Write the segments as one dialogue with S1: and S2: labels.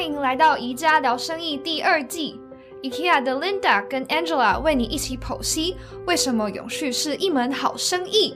S1: 迎来到宜家聊生意第二季。IKEA 的 Linda 跟 Angela 为你一起剖析为什么永续是一门好生意。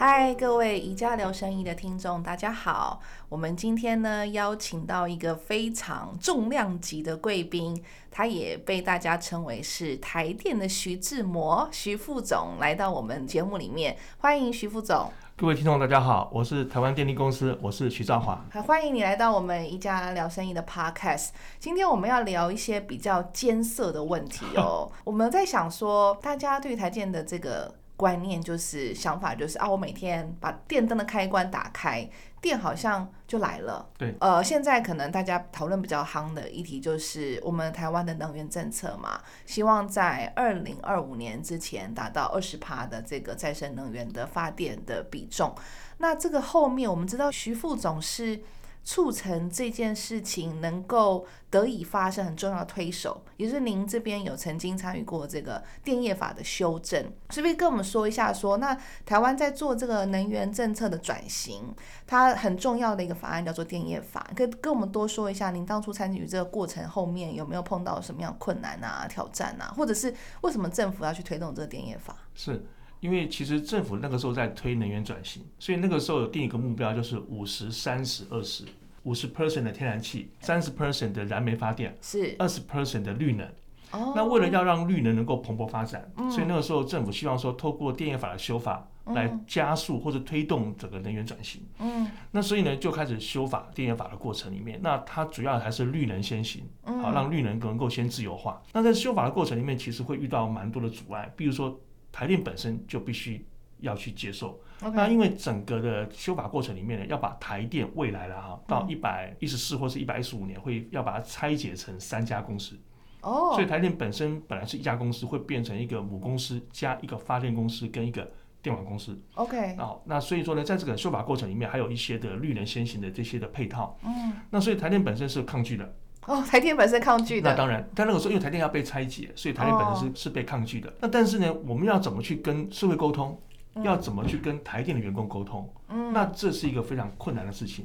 S2: 嗨，各位宜家聊生意的听众，大家好。我们今天呢邀请到一个非常重量级的贵宾，他也被大家称为是台电的徐志摩徐副总来到我们节目里面，欢迎徐副总，
S3: 各位听众，大家好，我是台湾电力公司，我是徐兆华。
S2: 还欢迎你来到我们宜家聊生意的 Podcast。今天我们要聊一些比较艰涩的问题哦。我们在想说，大家对台电的这个观念就是想法就是啊，我每天把电灯的开关打开，电好像就来了。
S3: 对，
S2: 呃，现在可能大家讨论比较夯的议题就是我们台湾的能源政策嘛，希望在二零二五年之前达到二十趴的这个再生能源的发电的比重。那这个后面我们知道徐副总是促成这件事情能够得以发生很重要的推手，也就是您这边有曾经参与过这个电业法的修正，是不是跟我们说一下说，那台湾在做这个能源政策的转型，它很重要的一个法案叫做电业法，跟跟我们多说一下，您当初参与这个过程后面有没有碰到什么样的困难啊、挑战啊，或者是为什么政府要去推动这个电业法？
S3: 是因为其实政府那个时候在推能源转型，所以那个时候有定一个目标，就是五十、三十、二十，五十 percent 的天然气，三十 percent 的燃煤发电，
S2: 是
S3: 二十 percent 的绿能。
S2: 哦，嗯
S3: 那为了要让绿能能够蓬勃发展，所以那个时候政府希望说，透过电业法的修法来加速或者推动整个能源转型。
S2: 嗯，
S3: 那所以呢，就开始修法电业法的过程里面，那它主要还是绿能先行，
S2: 嗯
S3: 好让绿能能够先自由化。那在修法的过程里面，其实会遇到蛮多的阻碍，比如说台电本身就必须要去接受。那
S2: OK，
S3: 因为整个的修法过程里面呢，要把台电未来了
S2: 嗯
S3: 哈，到一百一十四或是一百一十五年会要把它拆解成三家公司，
S2: 哦，
S3: 所以台电本身本来是一家公司，会变成一个母公司加一个发电公司跟一个电网公司。
S2: OK，
S3: 哦，那所以说呢，在这个修法过程里面，还有一些的绿能先行的这些的配套。
S2: 嗯，
S3: 那所以台电本身是抗拒的，
S2: 哦，台电本身抗拒
S3: 那
S2: 的，
S3: 当然，但哦那个时候因为台电要被拆解，所以台电本身是、是被抗拒的。那但是呢，我们要怎么去跟社会沟通？要怎么去跟台电的员工沟通？嗯，那这是一个非常困难的事情。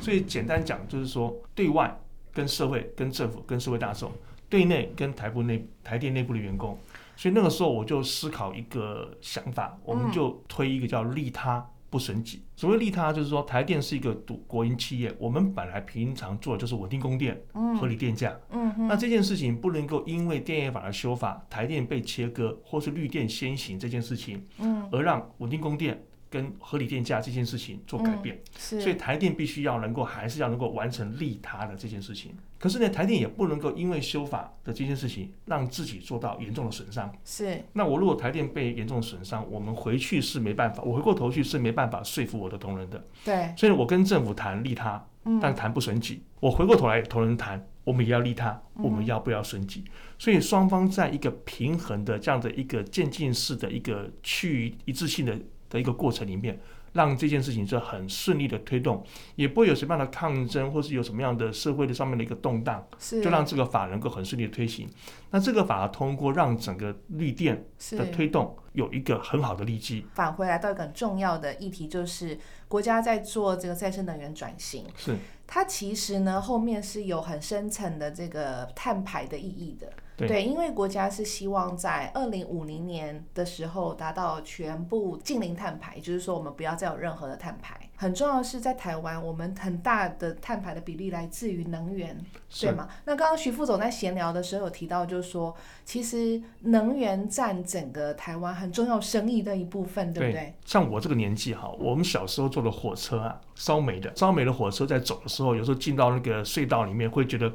S3: 所以简单讲，就是说对外跟社会、跟政府、跟社会大众；对内跟台部内台电内部的员工。所以那个时候我就思考一个想法，我们
S2: 嗯
S3: 就推一个叫利他不损己。所谓利他，就是说台电是一个独国营企业，我们本来平常做的就是稳定供电、合理电价。
S2: 嗯
S3: 那这件事情不能够因为电业法的修法，台电被切割或是绿电先行这件事情，
S2: 嗯，
S3: 而让稳定供电跟合理电价这件事情做改变。
S2: 是，
S3: 所以台电必须要能够还是要能够完成利他的这件事情。可是呢，台电也不能够因为修法的这件事情，让自己做到严重的损伤。
S2: 是，
S3: 那我如果台电被严重损伤，我们回去是没办法，我回过头去是没办法说服我的同仁的。
S2: 对，
S3: 所以我跟政府谈利他，但谈不损己。我回过头来同仁谈，我们也要利他，我们要不要损己？所以双方在一个平衡的这样的一个渐进式的一个去一致性的的一个过程里面，让这件事情是很顺利的推动，也不会有什么样的抗争，或是有什么样的社会的上面的一个动荡，
S2: 是，
S3: 就让这个法能够很顺利的推行。那这个法通过让整个绿电的
S2: 是
S3: 推动有一个很好的利基，
S2: 返回来到一个很重要的议题，就是国家在做这个再生能源转型，
S3: 是
S2: 它其实呢后面是有很深层的这个碳排的意义的。
S3: 对
S2: 因为国家是希望在二零五零年的时候达到全部近零碳排，就是说我们不要再有任何的碳排。很重要的是，在台湾，我们很大的碳排的比例来自于能源，对
S3: 是
S2: 吗？那刚刚徐副总在闲聊的时候有提到，就是说，其实能源占整个台湾很重要生意的一部分，对不对？
S3: 像我这个年纪哈，我们小时候坐的火车啊，烧煤的，烧煤的火车在走的时候，有时候进到那个隧道里面，会觉得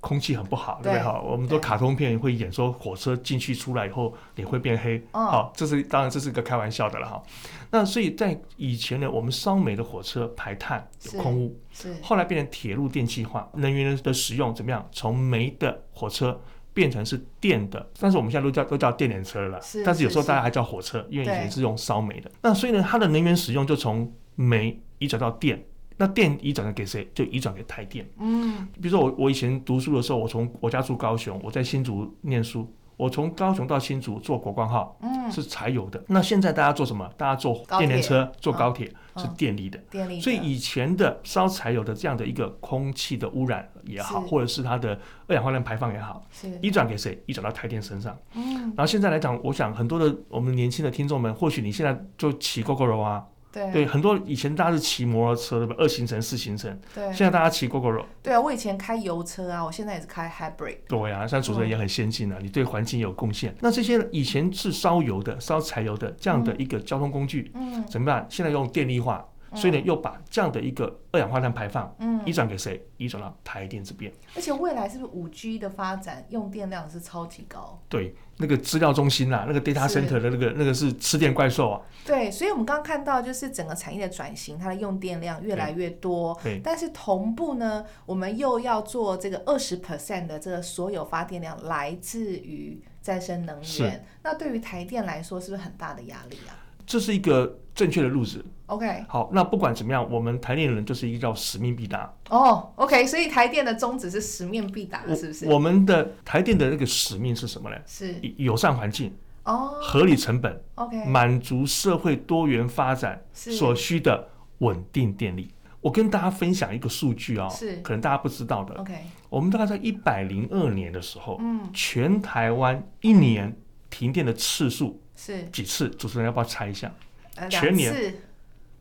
S3: 空气很不好，对不
S2: 对
S3: 对？哈，我们
S2: 对
S3: 都卡通片会演说火车进去出来以后脸会变黑，
S2: 嗯
S3: 好、这是当然这是个开玩笑的了哈。那所以在以前呢，我们烧煤的火车排碳
S2: 是
S3: 有空污，
S2: 是
S3: 后来变成铁路电气化，能源的使用怎么样？从煤的火车变成是电的，但是我们现在都叫都叫电联车了啦
S2: 是
S3: 但是有时候
S2: 是
S3: 大家还叫火车，因为以
S2: 对
S3: 前是用烧煤的。那所以呢，它的能源使用就从煤移转到电。那电移转给谁？就移转给台电。嗯，比如说我我以前读书的时候，我从我家住高雄，我在新竹念书，我我从高雄到新竹坐国光号，嗯，是柴油的。那现在大家坐什么？大家坐
S2: 高铁
S3: 电联车，坐高铁
S2: 嗯
S3: 是电力的。
S2: 电力的，
S3: 所以以前的烧柴油的这样的一个空气的污染也好，
S2: 是
S3: 或者是它的二氧化碳排放也好，
S2: 是
S3: 移转给谁？移转到台电身上。
S2: 嗯，
S3: 然后现在来讲，我想很多的我们年轻的听众们，或许你现在就骑 GoGo 罗啊，
S2: 对啊
S3: 对，很多以前大家是骑摩托车对吧？二行程、四行程，
S2: 对
S3: 现在大家骑 GoGo 罗，
S2: 对啊，我以前开油车啊，我现在也是开 hybrid，
S3: 对啊，像主持人也很先进啊，
S2: 嗯
S3: 你对环境也有贡献。那这些以前是烧油的、烧柴油的这样的一个交通工具，
S2: 嗯
S3: 怎么办？现在用电力化，所以呢，又把这样的一个二氧化碳排放
S2: 嗯，
S3: 移转给谁？移转到台电这边。
S2: 而且未来是不是五 G 的发展，用电量是超级高？
S3: 对，那个资料中心啦、那个 data
S2: 是
S3: center 的那个那个是吃电怪兽啊，
S2: 对，所以我们刚刚看到，就是整个产业的转型，它的用电量越来越多。
S3: 对
S2: 但是同步呢，我们又要做这个二十 percent 的这个所有发电量来自于再生能源
S3: 是。
S2: 那对于台电来说，是不是很大的压力啊
S3: 这是一个正确的路子。
S2: ？OK，
S3: 好，那不管怎么样，我们台电人就是一个叫使命必达。
S2: 哦、o k 所以台电的宗旨是十面必达，
S3: 我
S2: 是不是？
S3: 我们的台电的那个使命是什么呢？
S2: 是
S3: 以友善环境、
S2: 哦、
S3: 合理成本，
S2: o k
S3: 满足社会多元发展
S2: 嗯是
S3: 所需的稳定电力。我跟大家分享一个数据啊、
S2: 是
S3: 可能大家不知道的。
S2: OK，
S3: 我们大概在一百零二年的时候，
S2: 嗯，
S3: 全台湾一年停电的次数
S2: 是
S3: 几次？主持人要不要猜一下？
S2: 呃两
S3: 全年
S2: 次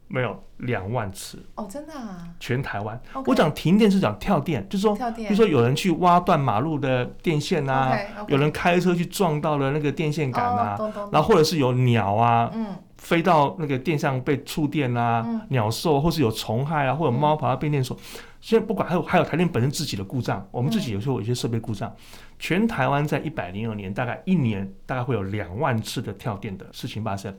S3: 没有，两万次，
S2: 哦，真的啊，
S3: 全台湾。
S2: OK
S3: 我讲停电是讲跳电，就是说，
S2: 跳
S3: 比
S2: 电
S3: 如说有人去挖断马路的电线啊
S2: OK，OK
S3: 有人开车去撞到了那个电线杆啊
S2: 哦，懂懂懂
S3: 然后或者是有鸟啊。
S2: 嗯，
S3: 飞到那个电上被触电啊，鸟兽或是有虫害啊，或者猫跑到变电所。现在不管还有还有台电本身自己的故障，我们自己有时候有一些设备故障，全台湾在一百零二年大概一年大概会有两万次的跳电的事情发生。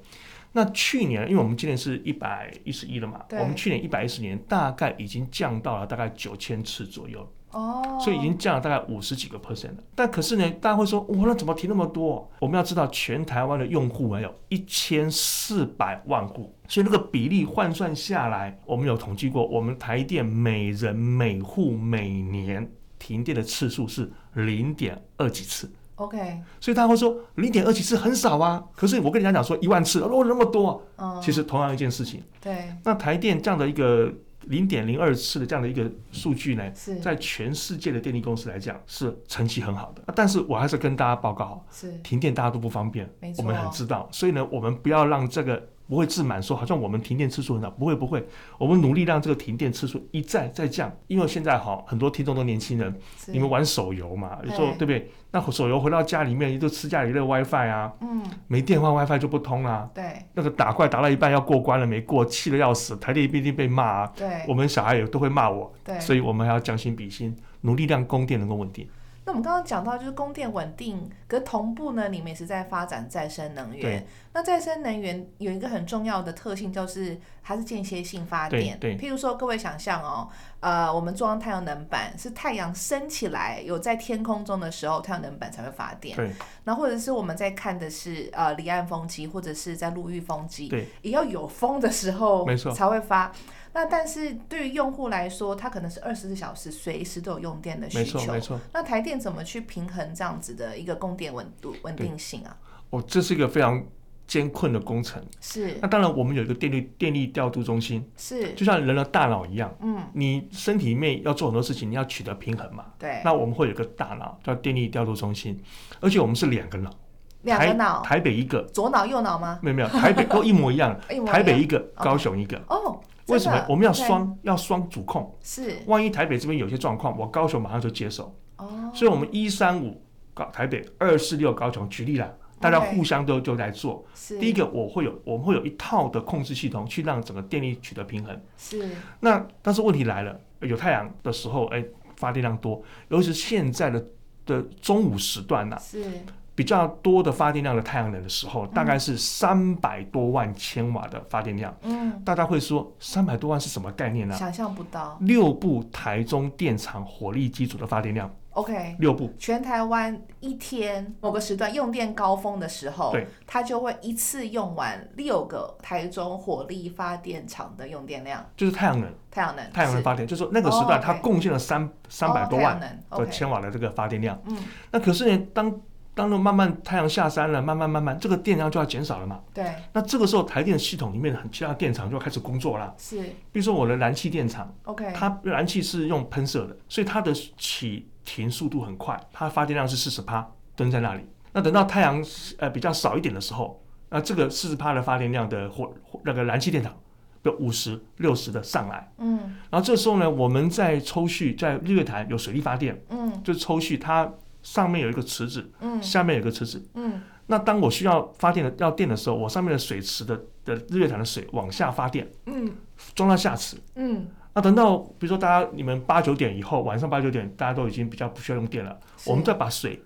S3: 那去年，因为我们今年是一百一十一了嘛，
S2: 对
S3: 我们去年一百一十年大概已经降到了大概九千次左右，
S2: 哦，
S3: 所以已经降了大概五十几个 percent 了。但可是呢，大家会说，哇，那怎么提那么多？我们要知道，全台湾的用户啊有一千四百万户，所以那个比例换算下来，我们有统计过，我们台电每人每户每年停电的次数是零点二几次。
S2: OK，
S3: 所以大家会说零点二几次很少啊，可是我跟人家讲说一万次，哦，那么多啊、
S2: 嗯，
S3: 其实同样一件事情，
S2: 对，
S3: 那台电这样的一个零点零二次的这样的一个数据呢，
S2: 是
S3: 在全世界的电力公司来讲是成绩很好的。啊但是我还是跟大家报告，
S2: 是
S3: 停电大家都不方便
S2: 没，错
S3: 我们很知道，所以呢，我们不要让这个。不会自满说好像我们停电次数很少，不会不会，我们努力让这个停电次数一再再降，因为现在哈很多听众都年轻人，
S2: 是
S3: 你们玩手游嘛，有时候
S2: 对
S3: 对不对？那手游回到家里面就吃家里的 WiFi 啊，
S2: 嗯，
S3: 没电话 WiFi 就不通啦、啊
S2: 对
S3: 那个打怪打到一半要过关了没过，气得要死，台电必定被骂啊。
S2: 对
S3: 我们小孩也都会骂我，
S2: 对。
S3: 所以我们还要将心比心，努力让供电能够稳定。
S2: 那我们刚刚讲到就是供电稳定，可是同步呢，你们也是在发展再生能源
S3: 对。
S2: 那再生能源有一个很重要的特性，就是它是间歇性发电。
S3: 对
S2: 譬如说，各位想象哦，呃，我们装太阳能板是太阳升起来有在天空中的时候，太阳能板才会发电。
S3: 对
S2: 然后或者是我们在看的是呃离岸风机，或者是在陆域风机，
S3: 对，
S2: 也要有风的时候，
S3: 没错
S2: 才会发。那但是对于用户来说，它可能是二十四小时随时都有用电的需
S3: 没错
S2: 求
S3: 没。错，
S2: 那台电怎么去平衡这样子的一个供电稳度稳定性啊？
S3: 哦，这是一个非常艰困的工程。
S2: 是
S3: 那当然，我们有一个电力电力调度中心，
S2: 是，
S3: 就像人的大脑一样，
S2: 嗯，
S3: 你身体里面要做很多事情，你要取得平衡嘛。
S2: 对，
S3: 那我们会有一个大脑叫电力调度中心，而且我们是两个脑，
S2: 两个
S3: 台
S2: 脑，
S3: 台北一个，
S2: 左脑右脑吗？
S3: 没有没有，台北哦都一模一样
S2: 一模一样，
S3: 台北一个，高雄一个。
S2: 哦，
S3: 为什
S2: 真
S3: 么
S2: 的
S3: 我们要
S2: OK，
S3: 双要双主控？
S2: 是
S3: 万一台北这边有些状况，我高雄马上就接手。
S2: 哦，
S3: 所以，我们一三五高台北，二四六高雄，举例啦，大家
S2: OK
S3: 互相都都来做。
S2: 是
S3: 第一个，我会有我们会有一套的控制系统，去让整个电力取得平衡。
S2: 是
S3: 那但是问题来了，有太阳的时候，哎，发电量多，尤其是现在的的中午时段呐、
S2: 是
S3: 比较多的发电量的太阳能的时
S2: 嗯
S3: 候，大概是三百多万千瓦的发电量。
S2: 嗯，
S3: 大家会说三百多万是什么概念呢、
S2: 想象不到
S3: 六部台中电厂火力机组的发电量，
S2: ，OK。
S3: 六部。
S2: 全台湾一天某个时段用电高峰的时候
S3: 对，
S2: 它就会一次用完六个台中火力发电厂的用电量，
S3: 就是太阳能，
S2: 太阳能，
S3: 太阳能
S2: 是
S3: 发电，就是那个时段
S2: 哦
S3: 它
S2: ，OK
S3: 贡献了三三百多万
S2: 哦太阳能
S3: 的
S2: ，OK，
S3: 千瓦的这个发电量。
S2: 嗯，
S3: 那可是呢，当当然慢慢太阳下山了，慢慢慢慢，这个电量就要减少了嘛。
S2: 对，
S3: 那这个时候台电系统里面的很其他电厂就要开始工作啦。
S2: 是
S3: 比如说我的燃气电厂，
S2: OK，
S3: 它燃气是用喷射的，所以它的起停速度很快，它发电量是四十趴，蹲在那里。那等到太阳呃比较少一点的时候，那这个四十趴的发电量的火火那个燃气电厂，比如五十六十的上来，
S2: 嗯
S3: 然后这时候呢，我们在抽蓄在日月潭有水力发电，
S2: 嗯
S3: 就是抽蓄它上面有一个池子，
S2: 嗯
S3: 下面有一个池子。
S2: 嗯
S3: 那当我需要发电的要电的时候，我上面的水池的的日月潭的水往下发电，
S2: 嗯
S3: 装到下池。
S2: 嗯，
S3: 那等到比如说大家你们八九点以后，晚上八九点大家都已经比较不需要用电了，
S2: 是
S3: 我们再把水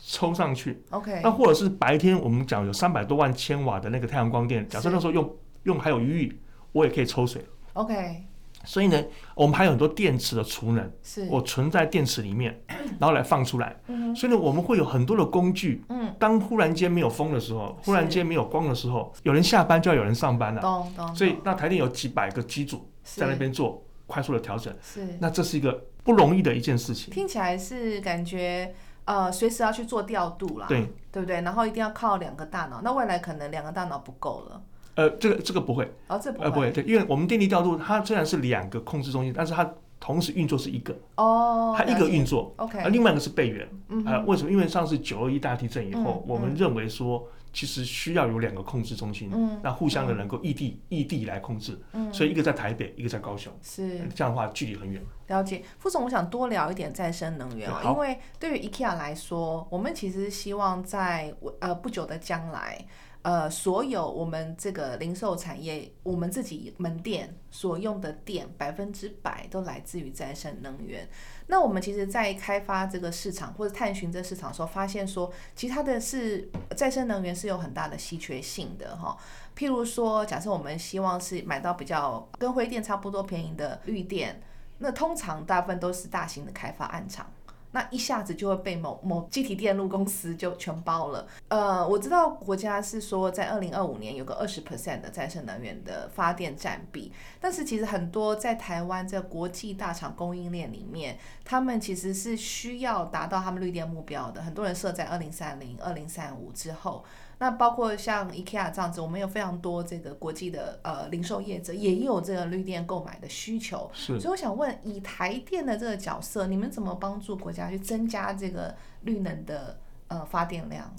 S3: 抽上去。
S2: OK，
S3: 那或者是白天我们讲有三百多万千瓦的那个太阳光电，假设
S2: 是
S3: 那时候用用还有余裕，我也可以抽水。
S2: OK，
S3: 所以呢，我们还有很多电池的储能，
S2: 是，
S3: 我存在电池里 面，然后来放出来。
S2: 嗯
S3: 所以呢，我们会有很多的工具。
S2: 嗯，
S3: 当忽然间没有风的时候，忽然间没有光的时候，有人下班就要有人上班了。
S2: 懂懂，
S3: 所以
S2: 懂
S3: 那台电有几百个机组在那边做快速的调整，
S2: 是是
S3: 那这是一个不容易的一件事情。
S2: 听起来是感觉呃，随时要去做调度啦，
S3: 对，
S2: 对不对？然后一定要靠两个大脑，那未来可能两个大脑不够了，
S3: 呃，这个这个不会，
S2: 然后这不
S3: 呃，不
S2: 会
S3: 会，对，因为我们电力调度它虽然是两个控制中心，但是它同时运作是一个，
S2: 哦，
S3: 它一
S2: 了
S3: 个
S2: 解
S3: 运作，而
S2: OK，
S3: 另外一个是备援。
S2: 嗯
S3: 啊，为什么？因为上次九二一大地震以后
S2: 嗯，
S3: 我们认为说，其实需要有两个控制中心，
S2: 嗯
S3: 那互相的能够异地异地来控制，
S2: 嗯
S3: 所以一个在台北，一个在高雄，
S2: 是。
S3: 这样的话距离很远。
S2: 了解，副总，我想多聊一点再生能源哦，
S3: 好
S2: 因为对于 IKEA 来说，我们其实希望在呃不久的将来，呃，所有我们这个零售产业，我们自己门店所用的电，百分之百都来自于再生能源。那我们其实，在开发这个市场或者探寻这市场的时候，发现说，其实它的是呃再生能源是有很大的稀缺性的哈、譬如说，假设我们希望是买到比较跟灰电差不多便宜的绿电，那通常大部分都是大型的开发案场。那一下子就会被某某集体电路公司就全包了。呃，我知道国家是说在二零二五年有个二十 percent 的再生能源的发电占比，但是其实很多在台湾在国际大厂供应链里面，他们其实是需要达到他们绿电目标的。很多人设在二零三零、二零三五之后，那包括像 IKEA 这样子，我们有非常多这个国际的呃零售业者也有这个绿电购买的需求。
S3: 是，
S2: 所以我想问，以台电的这个角色，你们怎么帮助国家去增加这个绿能的呃发电量？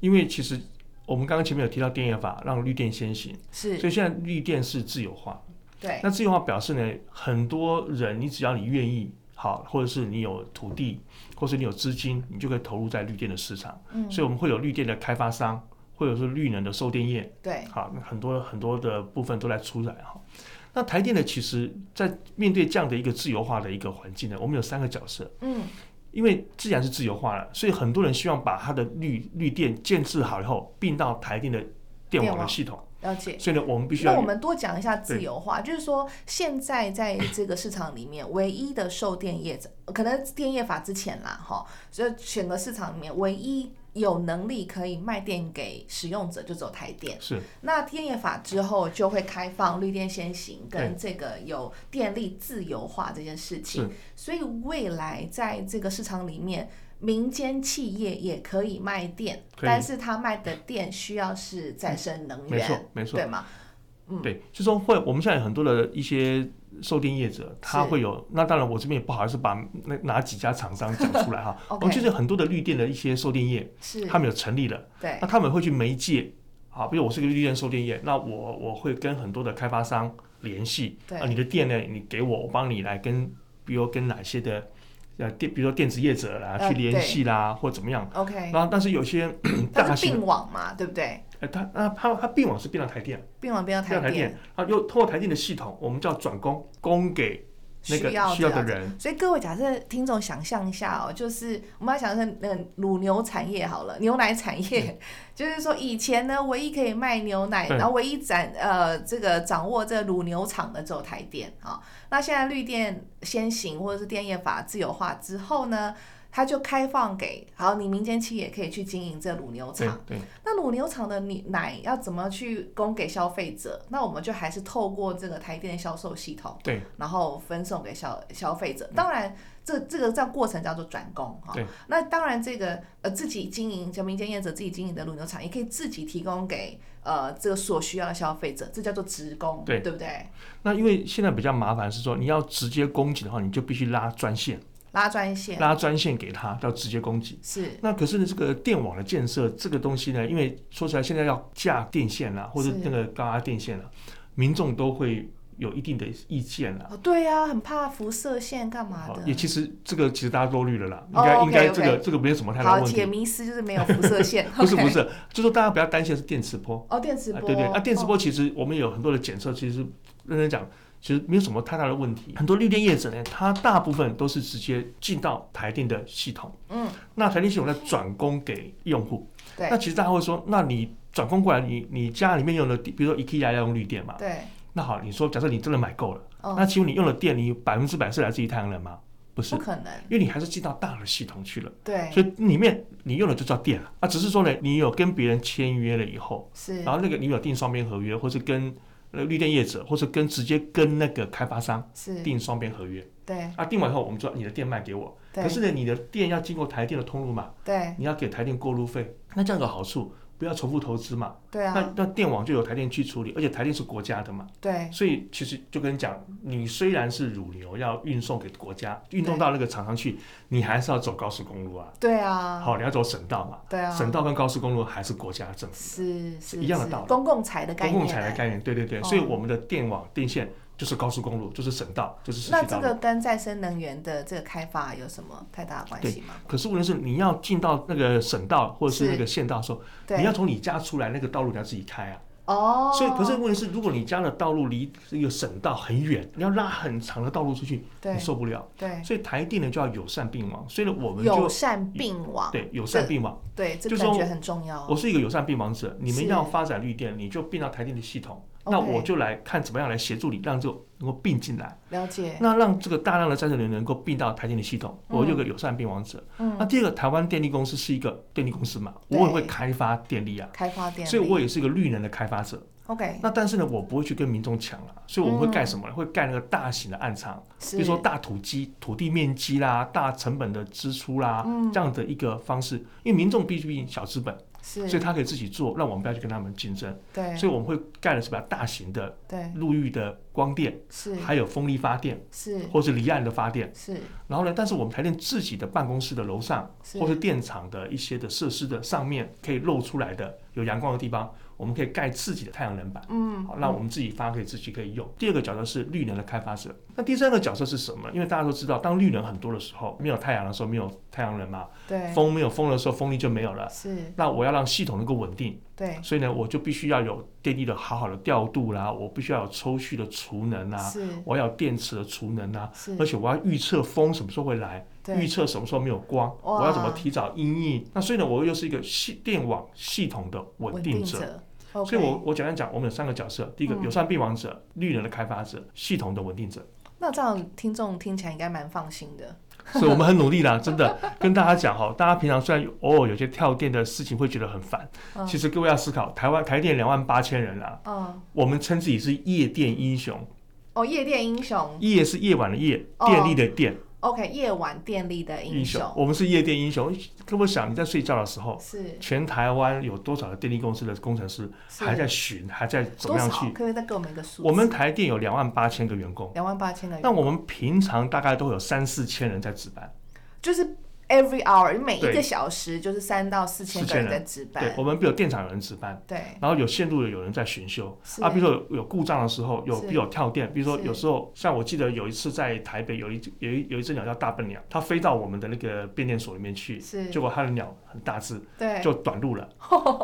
S3: 因为其实我们刚刚前面有提到电业法，让绿电先行，
S2: 是
S3: 所以现在绿电是自由化。
S2: 对，
S3: 那自由化表示呢，很多人你只要你愿意，好，或者是你有土地，或是你有资金，你就可以投入在绿电的市场。
S2: 嗯，
S3: 所以我们会有绿电的开发商，或者是绿能的售电业。
S2: 对，
S3: 好，那很多很多的部分都在出来哈。那台电呢，其实在面对这样的一个自由化的一个环境呢，我们有三个角色，
S2: 嗯，
S3: 因为既然是自由化了，所以很多人希望把它的绿绿电建制好以后，并到台电的电网
S2: 电
S3: 的
S2: 网
S3: 系统，
S2: 了解。
S3: 所以呢，我们必须
S2: 那
S3: 要
S2: 我
S3: 有
S2: 们多讲一下自由化，就是说现在在这个市场里面，唯一的售电业者，可能电业法之前啦，哈，所以整个市场里面唯一有能力可以卖电给使用者，就只有台电。
S3: 是
S2: 那电业法之后就会开放绿电先行跟
S3: 对
S2: 这个有电力自由化这件事情
S3: 是，
S2: 所以未来在这个市场里面，民间企业也可以卖电，
S3: 可以
S2: 但是它卖的电需要是再生能
S3: 没
S2: 源，
S3: 错没错
S2: 对嗯吗？，
S3: 对，就说会我们现在有很多的一些售电业者，他会有那当然我这边也不好意思把那哪几家厂商讲出来哈我
S2: OK
S3: 们就是有很多的绿电的一些售电业，
S2: 是，
S3: 他们有成立了。
S2: 对
S3: 那，他们会去媒介，啊，比如我是一个绿电售电业，那我我会跟很多的开发商联系，
S2: 对
S3: 啊，你的电呢，你给我，我帮你来跟，比如跟哪些的，呃电，比如说电子业者啦、
S2: 呃
S3: 去联系啦，或怎么样。
S2: ，OK，
S3: 然后，但是有些大
S2: 它是
S3: 型，
S2: 并网嘛，对不对？
S3: 呃，它那它它并网是并到台电，
S2: 并网变到
S3: 并到
S2: 台
S3: 台电，啊，又透过台电的系统，我们叫转供，供给那个
S2: 需要
S3: 需要的
S2: 人。
S3: 人，
S2: 所以各位，假设听众想象一下哦，就是我们要想象那个乳牛产业好了，牛奶产业， 就是说以前呢，唯一可以卖牛奶，
S3: 对
S2: 然后唯一掌呃这个掌握这个乳牛场的只有哦台电啊、那现在绿电先行或者是电业法自由化之后呢？它就开放给好，你民间企业可以去经营这乳牛
S3: 对
S2: 场。
S3: 对，
S2: 那乳牛场的你奶要怎么去供给消费者？那我们就还是透过这个台电销售系统，
S3: 对，
S2: 然后分送给消消费者。当然，这这个这样过程叫做转供哈
S3: 对。
S2: 那当然，这个呃自己经营，就民间业者自己经营的乳牛场，也可以自己提供给呃这个所需要的消费者，这叫做职工，
S3: 对
S2: 对不对？
S3: 那因为现在比较麻烦是说，你要直接供给的话，你就必须拉专线，
S2: 拉专线
S3: 拉专线给他，叫直接供给。
S2: 是
S3: 那可是呢，这个电网的建设这个东西呢，因为说起来现在要架电线啦、或者
S2: 是
S3: 那个高压电线啦、民众都会有一定的意见啦、
S2: 哦，对呀、很怕辐射线干嘛
S3: 啊好
S2: 的，
S3: 也。其实这个其实大家都虑了啦，应
S2: 哦
S3: 该、
S2: OK，
S3: 应该这个
S2: OK
S3: 这个没有什么太大
S2: 好，
S3: 问
S2: 解
S3: 题。，
S2: 迷思就是没有辐射线
S3: 不是
S2: OK
S3: 不是，就说大家不要担心是电磁波，
S2: 哦，电磁
S3: 啊
S2: 波，
S3: 对对，啊电磁
S2: 哦，
S3: 波其实我们有很多的检测，其实认真讲。其实没有什么太大的问题，很多绿电业者呢，它大部分都是直接进到台电的系统，
S2: 嗯，
S3: 那台电系统再转供给用户，那
S2: 对
S3: 其实大家会说，那你转供过来，你你家里面用的，比如说 IKEA 要用绿电嘛，
S2: 对，
S3: 那好，你说假设你真的买够了，
S2: 哦
S3: 那请问你用的电，你百分之百是来自于太阳能吗？不是
S2: 不，可能，
S3: 因为你还是进到大的系统去了，
S2: 对，
S3: 所以里面你用的就叫电了啊，只是说呢，你有跟别人签约了以后，
S2: 是
S3: 然后那个你有订双边合约，或是跟呃绿电业者，或是跟直接跟那个开发商
S2: 是，
S3: 订双边合约
S2: 对
S3: 啊，订完以后我们就要你的电卖给我，
S2: 对
S3: 可是呢，你的电要经过台电的通路嘛，
S2: 对
S3: 你要给台电过路费，那这样有好处，不要重复投资嘛。
S2: 对啊
S3: 那，那电网就由台电去处理，而且台电是国家的嘛，
S2: 对
S3: 所以其实就跟你讲，你虽然是乳牛要运送给国家，运送到那个厂商去，你还是要走高速公路啊。
S2: 对啊，
S3: 好，你要走省道嘛，
S2: 对啊，
S3: 省道跟高速公路还是国家政府
S2: 是是
S3: 一样的道理
S2: 公共财的概念
S3: 公
S2: 啊，
S3: 共财的概念，对对对，
S2: 哦
S3: 所以我们的电网电线就是高速公路，就是省道，就是市
S2: 那
S3: 区
S2: 这
S3: 道路。
S2: 个跟再生能源的这个开发有什么太大的关系吗？
S3: 可是问题是，你要进到那个省道或者是
S2: 是
S3: 那个县道的时候，你要
S2: 对，
S3: 从你家出来，那个道路你要自己开啊。
S2: 哦，
S3: 所以，可是问题是，如果你家的道路离这个省道很远，你要拉很长的道路出去，
S2: 对
S3: 你受不了。
S2: 对
S3: 所以台电呢就要友善并网，所以呢我们
S2: 友
S3: 就
S2: 善并网，
S3: 对友善并网。
S2: 对，这
S3: 就
S2: 感觉
S3: 说
S2: 很重要
S3: 我，是一个友善并网者，你们
S2: 是
S3: 要发展绿电，你就并到台电的系统，
S2: OK
S3: 那我就来看怎么样来协助你，让这个能够并进来，
S2: 了解，
S3: 那让这个大量的再生能源能够并到台电的系统，
S2: 嗯
S3: 我有个友善并网者。那
S2: 嗯，
S3: 第二个，台湾电力公司是一个电力公司嘛，我
S2: 对
S3: 也会开发电力啊，
S2: 开发电力，
S3: 所以我也是一个绿能的开发者。
S2: OK，
S3: 那但是呢，我不会去跟民众抢了，所以我们会盖什么
S2: 嗯
S3: 呢？会盖那个大型的暗场，
S2: 比
S3: 比如说大土基、土地面积啦、大成本的支出啦，
S2: 嗯
S3: 这样的一个方式。因为民众毕竟小资本，
S2: 是，
S3: 所以他可以自己做，那我们不要去跟他们竞争。
S2: 对
S3: 所以我们会盖的是比较大型的
S2: 对
S3: 陆域的光电，
S2: 是
S3: 还有风力发电，
S2: 是
S3: 或是离岸的发电。
S2: 是
S3: 然后呢，但是我们台电自己的办公室的楼上，
S2: 是
S3: 或是电厂的一些的设施的上面可以露出来的有阳光的地方，我们可以盖自己的太阳能板。
S2: 嗯
S3: 好，那我们自己发可以自己可以用。第二个角色是绿能的开发者，那第三个角色是什么呢？因为大家都知道，当绿能很多的时候，没有太阳的时候没有太阳能嘛，
S2: 对
S3: 风没有风的时候风力就没有了。
S2: 是
S3: 那我要让系统能够稳定，
S2: 对
S3: 所以呢，我就必须要有电力的好好的调度啦，我必须要有抽蓄的储能啊，
S2: 是
S3: 我要有电池的储能啊，
S2: 是
S3: 而且我要预测风什么时候会来，预
S2: 嗯对
S3: 测什么时候没有光，
S2: 哇
S3: 我要怎么提早应应。那所以呢，我又是一个系电网系统的稳定者。
S2: 者，OK，
S3: 所以我，我简单讲，我们有三个角色：第一个
S2: 嗯
S3: 友善并网者、绿能的开发者、系统的稳定者。
S2: 那这样听众听起来应该蛮放心的，
S3: 所以我们很努力啦，真的跟大家讲哈，大家平常虽然有偶尔有些跳电的事情会觉得很烦，
S2: 嗯
S3: 其实各位要思考，台湾台电两万八千人啦，
S2: 嗯，
S3: 我们称自己是夜电英雄，
S2: 哦，夜店英雄
S3: 夜是夜晚的夜，
S2: 哦
S3: 电力的电、
S2: ，OK，夜晚电力的英雄
S3: 我们是夜电英雄。各位想，你在睡觉的时候，
S2: 是
S3: 全台湾有多少的电力公司的工程师
S2: 是
S3: 还在寻，还在怎么
S2: 多
S3: 样
S2: 少？
S3: 去
S2: 可？不可以再给我们一个数字？
S3: 我们台电有两万八千个员工。
S2: 两万八千个，
S3: 那我们平常大概都有三四千人在值班，
S2: 就是 every hour 每一
S3: 对
S2: 个小时就是三到四千个
S3: 4000
S2: 人
S3: 人
S2: 在值
S3: 对哦
S2: 班，
S3: 我们比如电厂有人值班，
S2: 对
S3: 然后有线路的有人在巡修
S2: 是
S3: 啊，比如说有有故障的时候，有
S2: 是
S3: 有跳电，比如说
S2: 是
S3: 有时候像我记得有一次在台北有一有一有一只鸟叫大笨鸟，它飞到我们的那个变电所里面去，
S2: 是
S3: 结果它的鸟很大只，
S2: 对
S3: 就 短路了，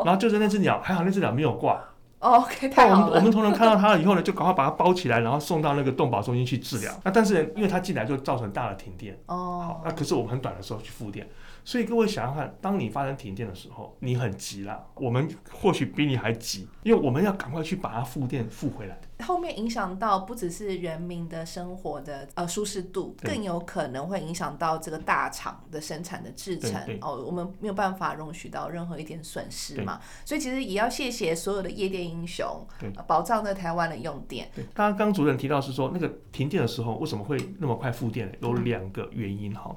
S3: 然后就是那只鸟，还好那只鸟没有挂，
S2: 哦，OK，
S3: 那
S2: 太
S3: 我
S2: 好
S3: 们我
S2: 了，
S3: 们同仁看到它了以后呢，就赶快把它包起来，然后送到那个动保中心去治疗。那但是呢因为它进来就造成大的停电。好
S2: 哦，，
S3: 那可是我们很短的时候去复电，所以各位想想看，当你发生停电的时候，你很急啦，我们或许比你还急，因为我们要赶快去把它复电复回来。
S2: 后面影响到不只是人民的生活的呃舒适度，
S3: 对
S2: 更有可能会影响到这个大厂的生产的制
S3: 对
S2: 成
S3: 对
S2: 哦，我们没有办法容许到任何一点损失嘛，所以其实也要谢谢所有的夜店英雄
S3: 对，
S2: 呃保障了台湾的用电。
S3: 对，刚刚刚主任提到是说，那个停电的时候为什么会那么快复电呢？有两个原因哈。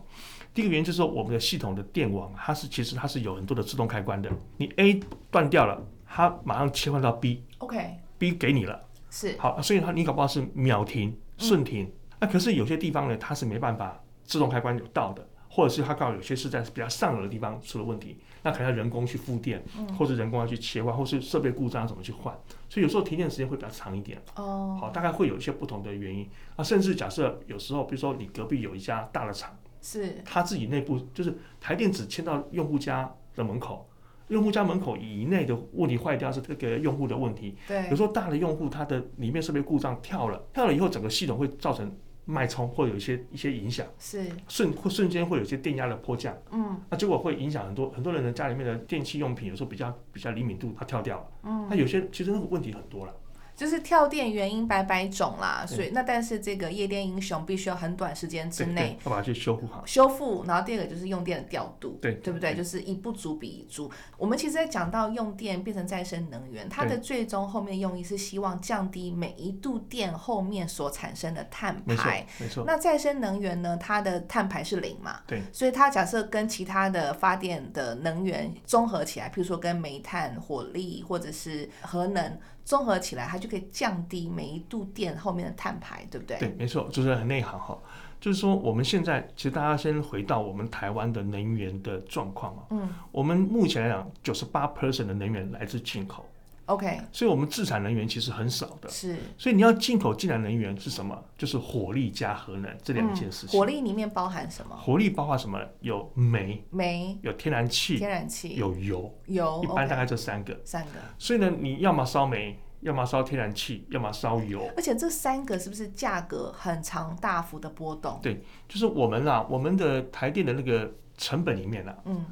S3: 第一个原因就是说，我们的系统的电网它是其实它是有很多的自动开关的，你 A 断掉了，它马上切换到 B，B
S2: OK，
S3: 给你了，
S2: 是
S3: 好，所以它你搞不好是秒停、瞬停。那、可是有些地方呢，它是没办法自动开关有到的，或者是它刚好有些是在比较上游的地方出了问题，那可能要人工去复电，或是人工要去切换，或是设备故障要怎么去换，所以有时候停电时间会比较长一点。
S2: 哦，
S3: 好，大概会有一些不同的原因啊，甚至假设有时候，比如说你隔壁有一家大的厂，
S2: 是
S3: 它自己内部就是台电只迁到用户家的门口，用户家门口以内的问题坏掉是这个用户的问题，
S2: 对
S3: 有时候大的用户它的里面设备故障跳了，跳了以后整个系统会造成脉冲或有一些一些影响，
S2: 是
S3: 瞬会瞬间会有一些电压的迫降，
S2: 嗯
S3: 那结果会影响很多很多人的家里面的电器用品，有时候比较比较灵敏度它跳掉了，
S2: 嗯，
S3: 那有些其实那个问题很多了。
S2: 就是跳电原因百百种啦，
S3: 对
S2: 所以那但是这个夜店英雄必须要很短时间之
S3: 对
S2: 内
S3: 对，要把它去修复好。
S2: 修复，然后第二个就是用电的调度，
S3: 对
S2: 对不对？就是一不足比一足。我们其实，在讲到用电变成再生能源，它的最终后面用意是希望降低每一度电后面所产生的碳
S3: 没错
S2: 排。，
S3: 没错。
S2: 那再生能源呢？它的碳排是零嘛？
S3: 对，
S2: 所以它假设跟其他的发电的能源综合起来，譬如说跟煤炭、火力或者是核能综合起来，它就可以降低每一度电后面的碳排，对不对？
S3: 对，没错，主持人很内行哈。就是说，我们现在其实大家先回到我们台湾的能源的状况啊。
S2: 嗯，
S3: 我们目前来讲，九十八 percent 的能源来自进口，
S2: ，OK，
S3: 所以我们自产能源其实很少的。
S2: 是。
S3: 所以你要进口进来能源是什么？就是火力加核能这两件事
S2: 嗯
S3: 情。
S2: 火力里面包含什么？
S3: 火力包括什么？有煤，
S2: 煤、
S3: 有天然气，
S2: 天然气、
S3: 有油，
S2: 油，
S3: 一般
S2: OK，
S3: 大概这三个。
S2: 哦三个。
S3: 所以呢，你要么烧煤，要么烧天然气，要么烧油。
S2: 而且这三个是不是价格很长大幅的波动？
S3: 对，就是我们啦、我们的台电的那个成本里面啦、
S2: 嗯，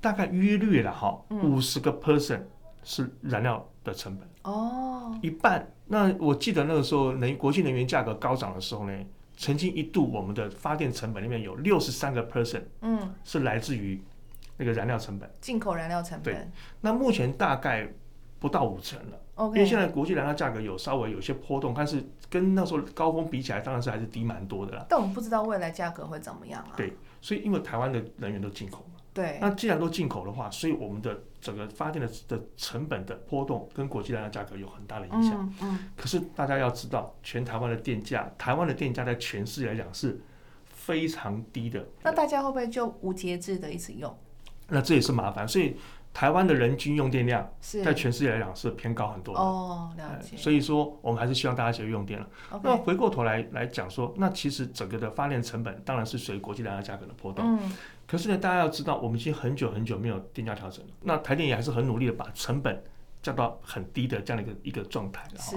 S3: 大概约略了哈，五十个 percent 是燃料的成本，
S2: 哦，
S3: 一半。那我记得那个时候能国际能源价格高涨的时候呢，曾经一度我们的发电成本里面有六十三个 percent
S2: 嗯，
S3: 是来自于那个燃料成本。
S2: 进口燃料成本
S3: 那目前大概不到五成了，因为现
S2: ，OK，
S3: 在国际燃料价格有稍微有些波动，但是跟那时候高峰比起来，当然是还是低蛮多的啦。
S2: 但我们不知道未来价格会怎么样啊？
S3: 对所以因为台湾的能源都进口嘛。
S2: 对，
S3: 那既然都进口的话，所以我们的整个发电的的成本的波动跟国际燃料价格有很大的影响。
S2: 嗯嗯，
S3: 可是大家要知道，全台湾的电价，台湾的电价在全世界来讲是非常低的。
S2: 那大家会不会就无节制的一直用？
S3: 那这也是麻烦，所以台湾的人均用电量
S2: 是
S3: 在全世界来讲是偏高很多的。
S2: 哦，了
S3: 哎
S2: 解。
S3: 所以说，我们还是希望大家节约用电了。哎那
S2: OK，
S3: 回过头来来讲说，那其实整个的发电成本当然是随国际燃料价格的波动。
S2: 嗯，
S3: 可是呢，大家要知道，我们已经很久很久没有电价调整了。那台电也还是很努力的把成本降到很低的这样的一个一个状态了哈。
S2: 是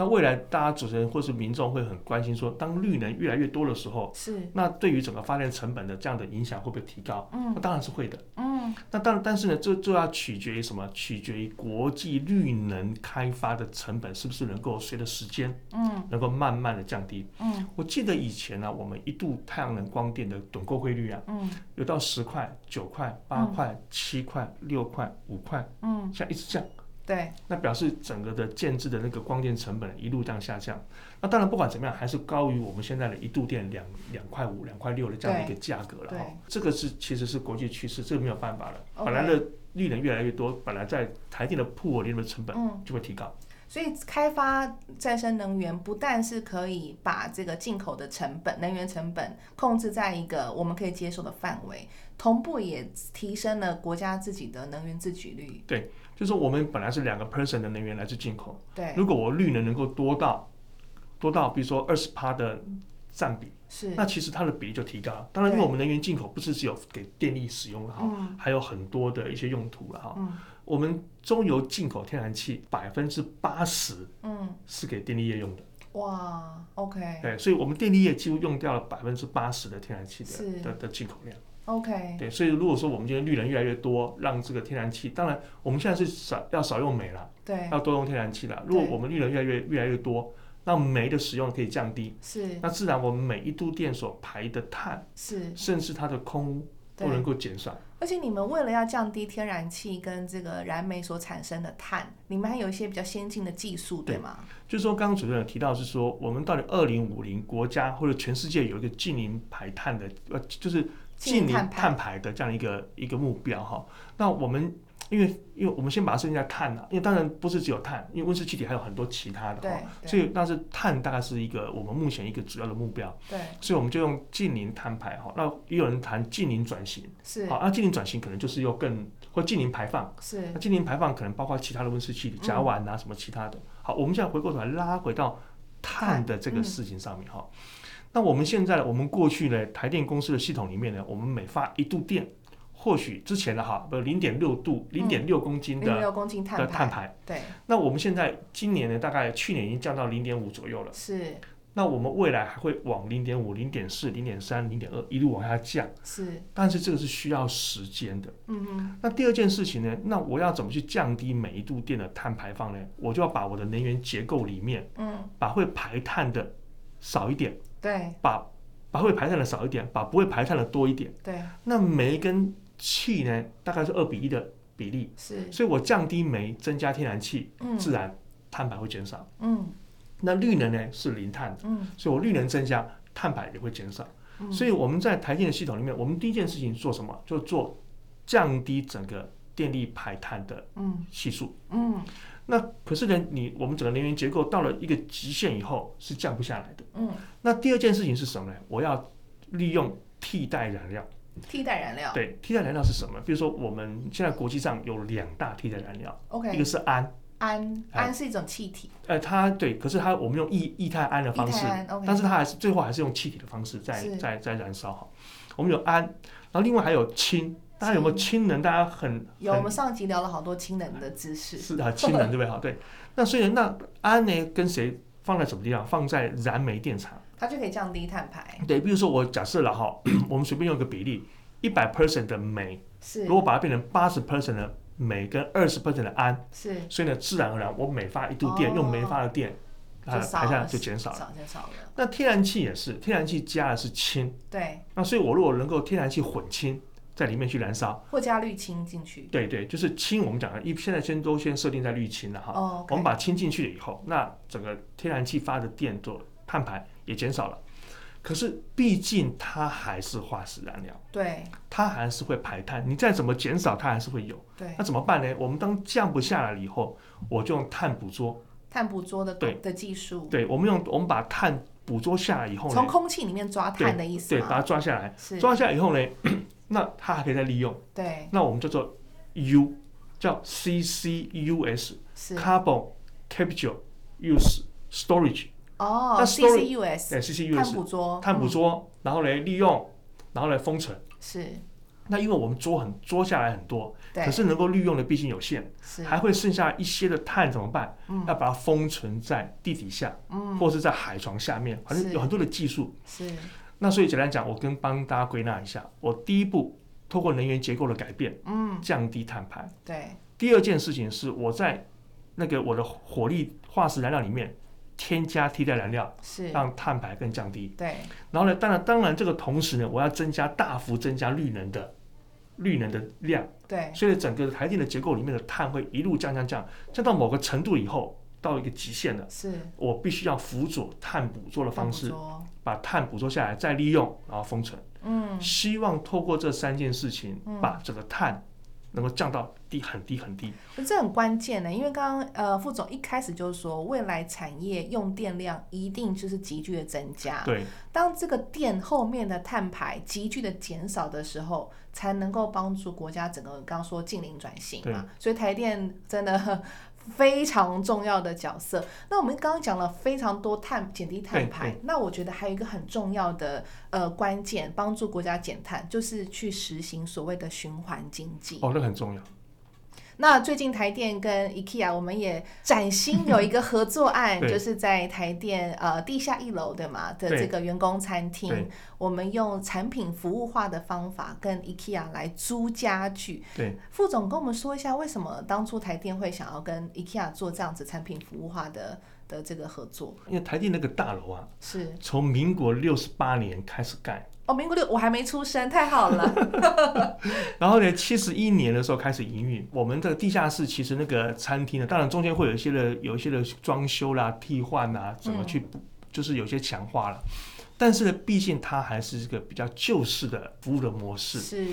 S3: 那未来大家主持人或是民众会很关心说，当绿能越来越多的时候，
S2: 是，
S3: 那对于整个发电成本的这样的影响会不会提高？
S2: 嗯
S3: 那当然是会的。
S2: 嗯，
S3: 那当但是呢，这就要取决于什么？取决于国际绿能开发的成本是不是能够随着时间，
S2: 嗯，
S3: 能够慢慢的降低。
S2: 嗯，
S3: 我记得以前呢、啊我们一度太阳能光电的总购汇率啊，
S2: 嗯，
S3: 有到十块、九块、八块、七块、六块、五块，
S2: 嗯，
S3: 像一直降。
S2: 对，
S3: 那表示整个的建制的那个光电成本一路这样下降。那当然不管怎么样，还是高于我们现在的一度电两两块五、两块六的这样的一个价格了
S2: 对
S3: 哈。这个是其实是国际趋势，这个没有办法了。
S2: OK
S3: 本来的绿能越来越多，本来在台电的铺我里面的成本
S2: 嗯
S3: 就会提高。
S2: 所以开发再生能源不但是可以把这个进口的成本、能源成本控制在一个我们可以接受的范围，同步也提升了国家自己的能源自给率。
S3: 就是我们本来是两个 percent 的能源来自进口，
S2: 对，
S3: 如果我绿能能够多到多到比如说二十趴的占比，
S2: 是
S3: 那其实它的比例就提高了。当然，因为我们能源进口不是只有给电力使用了哈，
S2: 嗯
S3: 还有很多的一些用途了哈。
S2: 嗯
S3: 我们中油进口天然气百分之八十
S2: 嗯，
S3: 是给电力业用的，
S2: 哇，OK，
S3: 对，所以我们电力业几乎用掉了百分之八十的天然气
S2: 是
S3: 的的的进口量。
S2: OK，
S3: 对，所以如果说我们今天绿能越来越多，让这个天然气，当然我们现在是少要少用煤了，
S2: 对，
S3: 要多用天然气了。如果我们绿能越来越越来越多，那煤的使用可以降低，
S2: 是
S3: 那自然我们每一度电所排的碳，
S2: 是，
S3: 甚至它的空污
S2: 对
S3: 都能够减少。
S2: 而且你们为了要降低天然气跟这个燃煤所产生的碳，你们还有一些比较先进的技术，对
S3: 对
S2: 吗？
S3: 就是说，刚刚主任有提到是说，我们到底二零五零国家或者全世界有一个近零排碳的，呃，就是
S2: 近
S3: 近
S2: 零
S3: 零
S2: 碳排
S3: 碳排的这样一个一个目标哈。那我们因为因为我们先把它设定在碳啊，因为当然不是只有碳，因为温室气体还有很多其他的哈。
S2: 对
S3: 所
S2: 对
S3: 以，但是碳大概是一个我们目前一个主要的目标，
S2: 对，
S3: 所以我们就用近零碳排哈。那也有人谈近零转型，
S2: 是
S3: 好，那近零转型可能就是要更或近零排放。
S2: 是
S3: 那近零排放可能包括其他的温室气体、
S2: 嗯
S3: 甲烷啊什么其他的。好，我们现在回过头来拉回到碳的这个事情上
S2: 嗯
S3: 面哈。那我们现在，我们过去呢，台电公司的系统里面呢，我们每发一度电，或许之前的哈，不零点六度、零点六公斤
S2: 嗯零
S3: 的、
S2: 六公斤
S3: 的
S2: 碳
S3: 碳
S2: 排，
S3: 排。
S2: 对，
S3: 那我们现在今年呢，大概去年已经降到零点五左右了。
S2: 是
S3: 那我们未来还会往零点五、零点四、零点三、零点二一路往下降，
S2: 是，
S3: 但是这个是需要时间的。
S2: 嗯哼，
S3: 那第二件事情呢？那我要怎么去降低每一度电的碳排放呢？我就要把我的能源结构里面，
S2: 嗯，
S3: 把会排碳的少一点，
S2: 对
S3: 把把会排碳的少一点，把不会排碳的多一点。
S2: 对
S3: 那煤跟气呢，大概是二比一的比例，
S2: 是，
S3: 所以我降低煤，增加天然气，
S2: 嗯
S3: 自然碳排会减少。
S2: 嗯
S3: 那绿能呢是零碳的，
S2: 嗯
S3: 所以我绿能增加，碳排也会减少。
S2: 嗯，
S3: 所以我们在台电的系统里面，我们第一件事情做什么？就做降低整个电力排碳的
S2: 嗯
S3: 系数。
S2: 嗯
S3: 那可是呢，你我们整个能源结构到了一个极限以后是降不下来的。
S2: 嗯，
S3: 那第二件事情是什么呢？我要利用替代燃料。
S2: 替代燃料
S3: 对，替代燃料是什么？比如说我们现在国际上有两大替代燃料，一
S2: ，OK，
S3: 个是氨，
S2: 氨
S3: 哎
S2: 氨是一种气体，
S3: 呃，它对，可是它我们用液液态氨的
S2: 液
S3: 方式
S2: 态，氨，OK，
S3: 但是它还是最后还是用气体的方式在
S2: 是
S3: 在在燃烧哈。我们有氨，然后另外还有氢，大家有没有氢能？大家很
S2: 有我
S3: 很
S2: 们上集聊了好多氢能的知识，
S3: 是啊，氢能对不对？好，对。那所以那氨呢，跟谁放在什么地方？放在燃煤电厂。
S2: 它就可以降低碳排，
S3: 对，比如说我假设了哈，我们随便用一个比例，一百 percent 的煤，
S2: 是
S3: 如果把它变成八十 percent 的煤跟二十 percent 的氨，
S2: 是
S3: 所以呢，自然而然我每发一度电，用煤发的电，
S2: 哦
S3: 它
S2: 就
S3: 的
S2: 少
S3: 呃排
S2: 了
S3: 量就减少了。
S2: 少就少了，
S3: 那天然气也是，天然气加的是氢，
S2: 对，
S3: 那所以我如果能够天然气混氢在里面去燃烧，
S2: 或加滤氢进去，
S3: 对对，就是氢，我们讲的一现在先都先设定在滤氢了哈。
S2: 哦
S3: 我们
S2: 把
S3: 把氢进去了以后，那整个天然气发的电做碳排也减少了。可是毕竟它还是化石燃料，
S2: 对
S3: 它还是会排碳，你再怎么减少，它还是会有。
S2: 对
S3: 那怎么办呢？我们当降不下来了以后，我就用碳捕捉。
S2: 碳捕捉的
S3: 对
S2: 的技术，
S3: 对，我们用我们把碳捕捉下来以后
S2: 从
S3: 呢，
S2: 空气里面抓碳的意思
S3: 对，把
S2: 吗？
S3: 它抓下来，
S2: 是，
S3: 抓下来以后呢， 那它还可以再利用，
S2: 对
S3: 那我们叫做 U，叫 CCUS，Carbon
S2: 是
S3: Capture Use Storage。哎
S2: 哦
S3: 那 story-
S2: ，CCUS
S3: 对，CCU
S2: 碳
S3: 是
S2: 捕捉，嗯
S3: 碳捕捉，然后来利用，然后来封存。
S2: 是，
S3: 那因为我们捉很捉下来很多，
S2: 对
S3: 可是能够利用的毕竟有限，
S2: 是
S3: 还会剩下一些的碳怎么办？
S2: 嗯
S3: 要把它封存在地底下，或是在海床下面，反正
S2: 是
S3: 有很多的技术。
S2: 是
S3: 那所以简单讲，我跟帮大家归纳一下，我第一步透过能源结构的改变，
S2: 嗯
S3: 降低碳排。
S2: 对
S3: 第二件事情是我在那个我的火力化石燃料里面添加替代燃料，
S2: 是，
S3: 让碳排更降低。
S2: 对
S3: 然后呢，当然当然这个同时呢，我要增加大幅增加绿能的绿能的量，
S2: 对
S3: 所以整个台电的结构里面的碳会一路降降降，降到某个程度以后，到一个极限了，
S2: 是
S3: 我必须要辅佐碳捕捉的
S2: 碳
S3: 方
S2: 捕
S3: 式，
S2: 捉，
S3: 把碳捕捉下来再利用，然后封存。
S2: 嗯
S3: 希望透过这三件事情
S2: 嗯，
S3: 把整个碳能够降到低很低很低。
S2: 我这很关键呢，因为刚刚呃副总一开始就是说，未来产业用电量一定就是急剧的增加。
S3: 对
S2: 当这个电后面的碳排急剧的减少的时候，才能够帮助国家整个刚刚说近零转型嘛。所以台电真的呵非常重要的角色。那我们刚刚讲了非常多碳减低碳
S3: 对
S2: 排，那我觉得还有一个很重要的呃关键，帮助国家减碳，就是去实行所谓的循环经济。
S3: 哦，那很重要。
S2: 那最近台电跟 IKEA 我们也崭新有一个合作案，
S3: 对
S2: 就是在台电呃地下一楼对嘛的
S3: 对
S2: 这个员工餐
S3: 对
S2: 厅，我们用产品服务化的方法跟 IKEA 来租家具。
S3: 对，
S2: 副总跟我们说一下，为什么当初台电会想要跟 IKEA 做这样子产品服务化的的这个合作？
S3: 因为台电那个大楼啊，
S2: 是
S3: 从民国六十八年开始盖，
S2: 哦，民国六我还没出生，太好 了。
S3: 然后呢，七十一年的时候开始营运。我们的地下室其实那个餐厅呢，当然中间会有一些的有一些的装修啦、替换啦，怎么去补，就是有些强化了。但是呢，毕竟它还是一个比较旧式的服务的模式，
S2: 是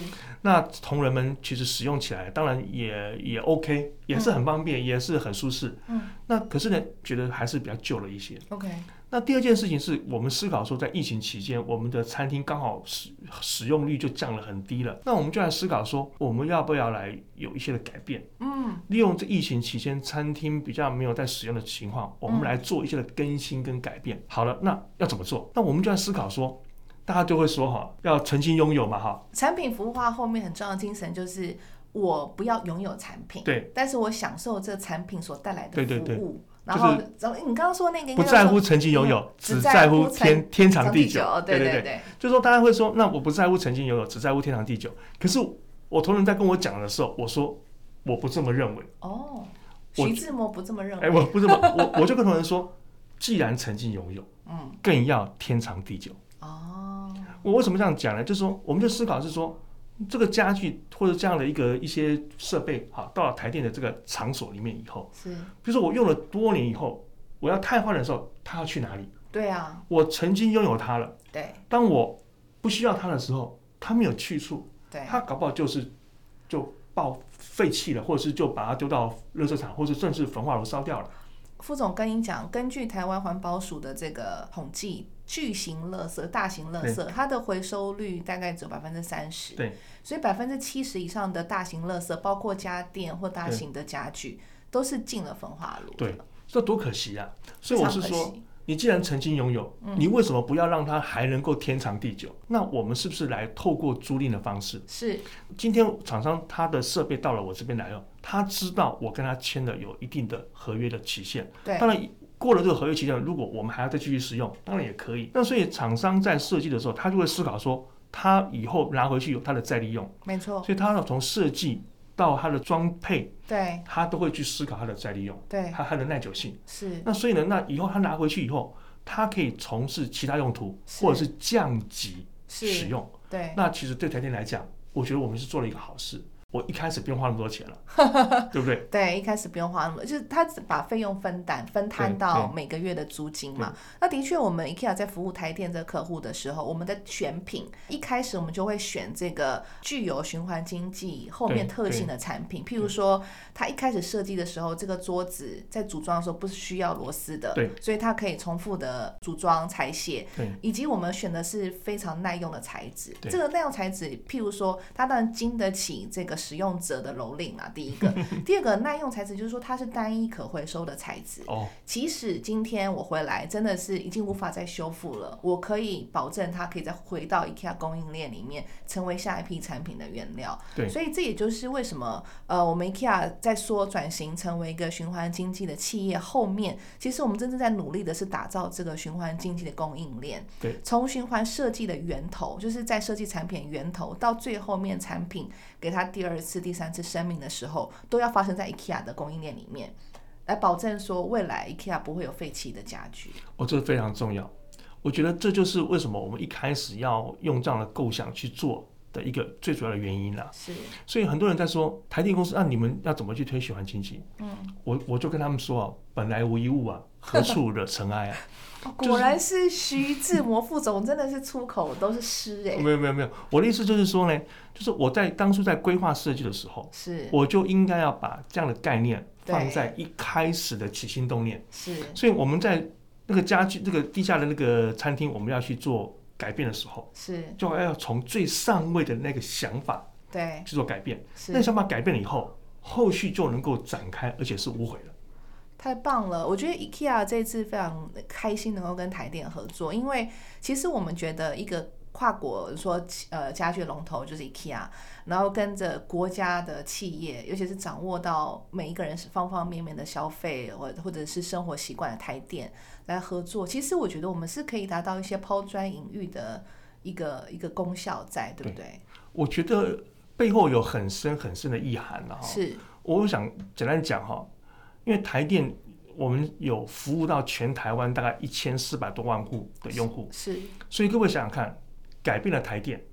S3: 那同仁们其实使用起来，当然也也 OK，也是很方便，也是很舒适。
S2: 嗯，
S3: 那可是呢，觉得还是比较旧了一些。
S2: OK，
S3: 那第二件事情是我们思考说，在疫情期间，我们的餐厅刚好使使用率就降了很低了。那我们就来思考说，我们要不要来有一些的改变？
S2: 嗯，
S3: 利用这疫情期间餐厅比较没有在使用的情况，我们来做一些的更新跟改变。好了，那要怎么做？那我们就来思考说，大家就会说哈，要曾经拥有嘛哈，
S2: 产品服务化后面很重要的精神就是我不要拥有产品，
S3: 对，
S2: 但是我享受这产品所带来的服
S3: 对
S2: 务。
S3: 对对
S2: 然后，然后你刚刚说那个应
S3: 不
S2: 该叫
S3: 在
S2: 做
S3: 乎曾经拥有，嗯只在乎天天长地久。
S2: 对
S3: 对
S2: 对
S3: 对，就说大家会说，那我不在乎曾经拥有，只在乎天长地久。可是我同仁在跟我讲的时候，我说我不这么认为，
S2: 哦，
S3: 我
S2: 徐志摩不这么认
S3: 哎，
S2: 为，
S3: 我不这么，我我就跟同仁说，既然曾经拥有，
S2: 嗯，
S3: 更要天长地久。
S2: 哦，
S3: 我为什么这样讲呢？就是说，我们就思考是说，这个家具或者这样的一个一些设备，好，到了台电的这个场所里面以后，
S2: 是
S3: 比如说我用了多年以后，我要汰换的时候，它要去哪里？
S2: 对啊，
S3: 我曾经拥有它了。
S2: 对
S3: 当我不需要它的时候，它没有去处，
S2: 对，
S3: 它搞不好就是就报废弃了，或者是就把它丢到垃圾场，或者甚至焚化炉烧掉了。
S2: 副总跟你讲，根据台湾环保署的这个统计，巨型垃圾、大型垃圾，它的回收率大概只有百分之三十。
S3: 对，
S2: 所以百分之七十以上的大型垃圾，包括家电或大
S3: 对
S2: 型的家具，都是进了焚化炉。
S3: 对，这多可惜啊！所以我是
S2: 非常可
S3: 说，
S2: 惜，嗯
S3: 你既然曾经拥有，你为什么不要让它还能够天长地久？那我们是不是来透过租赁的方式？
S2: 是
S3: 今天厂商他的设备到了我这边来了，他知道我跟他签了有一定的合约的期限。
S2: 对
S3: 当然过了这个合约期限，如果我们还要再继续使用，当然也可以。那所以厂商在设计的时候，他就会思考说，他以后拿回去有他的再利用，
S2: 没错，
S3: 所以他要从设计到它的装配，
S2: 对
S3: 他都会去思考它的再利用，
S2: 对
S3: 它它的耐久性。
S2: 是
S3: 那所以呢，那以后他拿回去以后，它可以从事其他用途，
S2: 是
S3: 或者是降级使
S2: 是，
S3: 用。
S2: 对
S3: 那其实对台电来讲，我觉得我们是做了一个好事。我一开始不用花那么多钱了， 对不对？
S2: 对，一开始不用花那么，就是他只把费用分担分摊
S3: 对
S2: 到
S3: 对
S2: 每个月的租金嘛。那的确，我们 IKEA 在服务台电这个客户的时候，我们的选品一开始我们就会选这个具有循环经济后面
S3: 对
S2: 特性的产品，譬如说，它一开始设计的时候，这个桌子在组装的时候不是需要螺丝的，
S3: 对，
S2: 所以它可以重复的组装拆卸，
S3: 对
S2: 以及我们选的是非常耐用的材质。
S3: 对
S2: 这个耐用材质，譬如说，它当然经得起这个使用者的蹂躏啊。第一个， 第二个耐用材质就是说它是单一可回收的材质。
S3: 哦，
S2: 即使今天我回来真的是已经无法再修复了，我可以保证它可以再回到 IKEA 供应链里面，成为下一批产品的原料。
S3: 对
S2: 所以这也就是为什么呃，我们 IKEA 在说转型成为一个循环经济的企业后面，其实我们真正在努力的是打造这个循环经济的供应链。
S3: 对，
S2: 从循环设计的源头，就是在设计产品源头到最后面产品给它第二次、第三次生命的时候，都要发生在 IKEA 的供应链里面。来保证说未来 IKEA 不会有废弃的家具。
S3: 哦，这非常重要。我觉得这就是为什么我们一开始要用这样的构想去做的一个最主要的原因啦。
S2: 是
S3: 所以很多人在说台电公司，那、你们要怎么去推循环经济？嗯，我我就跟他们说啊，本来无一物啊，何处惹尘 埃啊？
S2: 果然是徐志摩副总，真的是出口都是诗 哎、
S3: 没有没有没有，我的意思就是说呢，就是我在当初在规划设计的时候，
S2: 是
S3: 我就应该要把这样的概念放
S2: 对
S3: 在一开始的起心动念。
S2: 是，
S3: 所以我们在那个家具、那个地下的那个餐厅，我们要去做改变的时候。
S2: 是，
S3: 就要从最上位的那个想法
S2: 对，
S3: 去做改变。那个
S2: 是
S3: 想法改变了以后，后续就能够展开，而且是无悔的。
S2: 太棒了！我觉得 IKEA 这次非常开心能够跟台电合作，因为其实我们觉得一个跨国说呃家具龙头就是 IKEA，然后跟着国家的企业，尤其是掌握到每一个人方方面面的消费或或者是生活习惯的台电来合作，其实我觉得我们是可以达到一些抛砖引玉的一个一个功效在，对不对？
S3: 我觉得背后有很深很深的意涵啊了哈。
S2: 是，
S3: 我想简单讲哈，因为台电我们有服务到全台湾大概一千四百多万户的用户，
S2: 是，
S3: 所以各位想想看，改变了台电，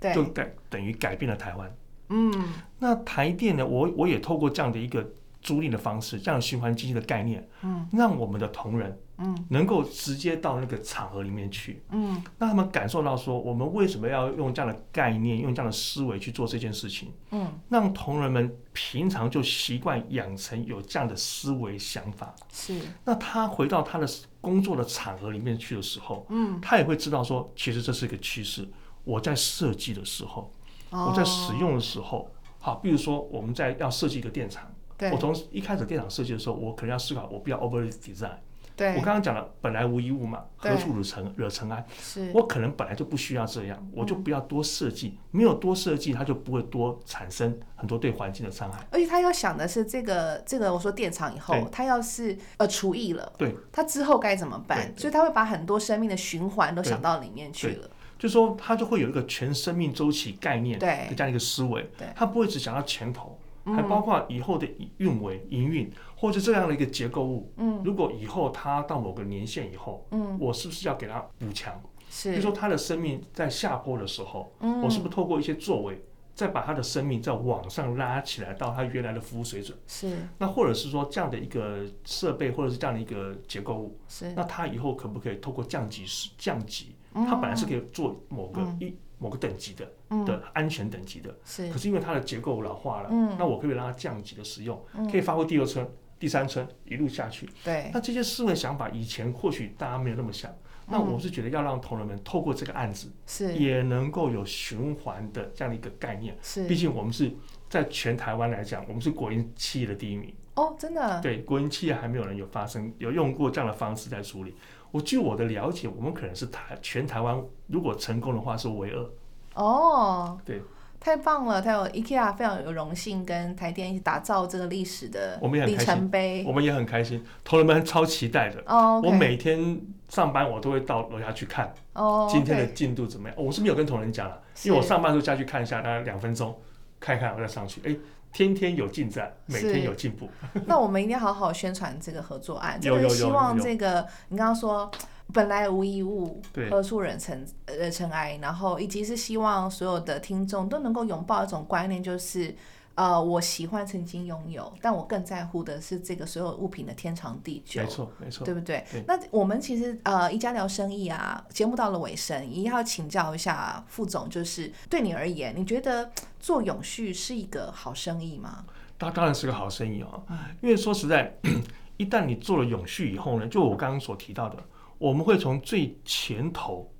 S2: 对，
S3: 就改等于改变了台湾。
S2: 嗯，
S3: 那台电呢，我我也透过这样的一个租赁的方式，这样循环经济的概念，
S2: 嗯，
S3: 让我们的同仁，
S2: 嗯，
S3: 能够直接到那个场合里面去，
S2: 嗯，
S3: 让他们感受到说，我们为什么要用这样的概念，用这样的思维去做这件事情，
S2: 嗯，
S3: 让同仁们平常就习惯养成有这样的思维想法。
S2: 是，
S3: 那他回到他的工作的场合里面去的时候，
S2: 嗯，
S3: 他也会知道说，其实这是一个趋势。我在设计的时候，我在使
S2: 哦，
S3: 用的时候，好，比如说我们在要设计一个电厂，
S2: 对
S3: 我从一开始电厂设计的时候，我可能要思考，我不要 over design。
S2: 对，
S3: 我刚刚讲了，本来无一物嘛，
S2: 对
S3: 何处惹尘惹尘埃？
S2: 是，
S3: 我可能本来就不需要这样，我就
S2: 嗯
S3: 不要多设计，没有多设计，它就不会多产生很多对环境的伤害。
S2: 而且他要想的是这个这个，我说电厂以后
S3: 对，
S2: 他要是呃厨艺了，
S3: 对，
S2: 他之后该怎么办
S3: 对？对
S2: 所以他会把很多生命的循环都
S3: 对
S2: 想到里面去了。
S3: 就说它就会有一个全生命周期概念
S2: 对
S3: 的这样一个思维
S2: 对，嗯
S3: 它不会只想到前头，还包括以后的运维、营运，或者这样的一个结构物。
S2: 嗯，
S3: 如果以后它到某个年限以后，
S2: 嗯，
S3: 我是不是要给它补强？就是说它的生命在下坡的时候，
S2: 嗯
S3: 我是不是透过一些作为，再把它的生命再往上拉起来到它原来的服务水准？
S2: 是
S3: 那或者是说这样的一个设备，或者是这样的一个结构物，
S2: 是
S3: 那它以后可不可以透过降级
S2: 嗯
S3: 式降级？它本来是可以做某个一、某个等级的
S2: 嗯
S3: 的安全等级的，
S2: 是
S3: 可是因为它的结构老化了，
S2: 嗯
S3: 那我可不可以让它降级的使用，可以发挥第二春、第三春一路下去。
S2: 对
S3: 那这些思维想法以前或许大家没有那么想，
S2: 嗯
S3: 那我是觉得要让同仁们透过这个案子，
S2: 是
S3: 也能够有循环的这样的一个概念。毕
S2: 是
S3: 竟我们是在全台湾来讲，我们是国营企业的第一名。
S2: 哦，真的
S3: 对，国营企业还没有人有发生有用过这样的方式在处理。我据我的了解，我们可能是台全台湾如果成功的话是唯二。
S2: 哦，
S3: 对，
S2: 太棒了！他有 IKEA 非常有荣幸跟台电一起打造这个历史的
S3: 我们也很
S2: 里
S3: 开心
S2: 程碑
S3: 我们也很开心，同仁们超期待的。
S2: 哦。
S3: 我每天上班我都会到楼下去看
S2: 哦
S3: 今天的进度怎么样。我是没有跟同仁讲了，
S2: 是
S3: 因为我上班的时候下去看一下，大概两分钟，看一看我再上去。哎，天天有进展，每
S2: 是
S3: 天有进步。
S2: 那我们一定要好好宣传这个合作案，
S3: 有
S2: 真的
S3: 有有
S2: 希望
S3: 有
S2: 这个你刚刚说。本来无一物，
S3: 对
S2: 何处惹尘呃惹尘埃。然后，以及是希望所有的听众都能够拥抱一种观念，就是，呃，我喜欢曾经拥有，但我更在乎的是这个所有物品的天长地久
S3: 没。错，没错。
S2: 对不对？
S3: 对
S2: 那我们其实呃，一家聊生意啊，节目到了尾声，也要请教一下副总，就是对你而言，你觉得做永续是一个好生意吗？
S3: 它当然是个好生意哦，因为说实在， 一旦你做了永续以后呢，就我刚刚所提到的，我们会从最前头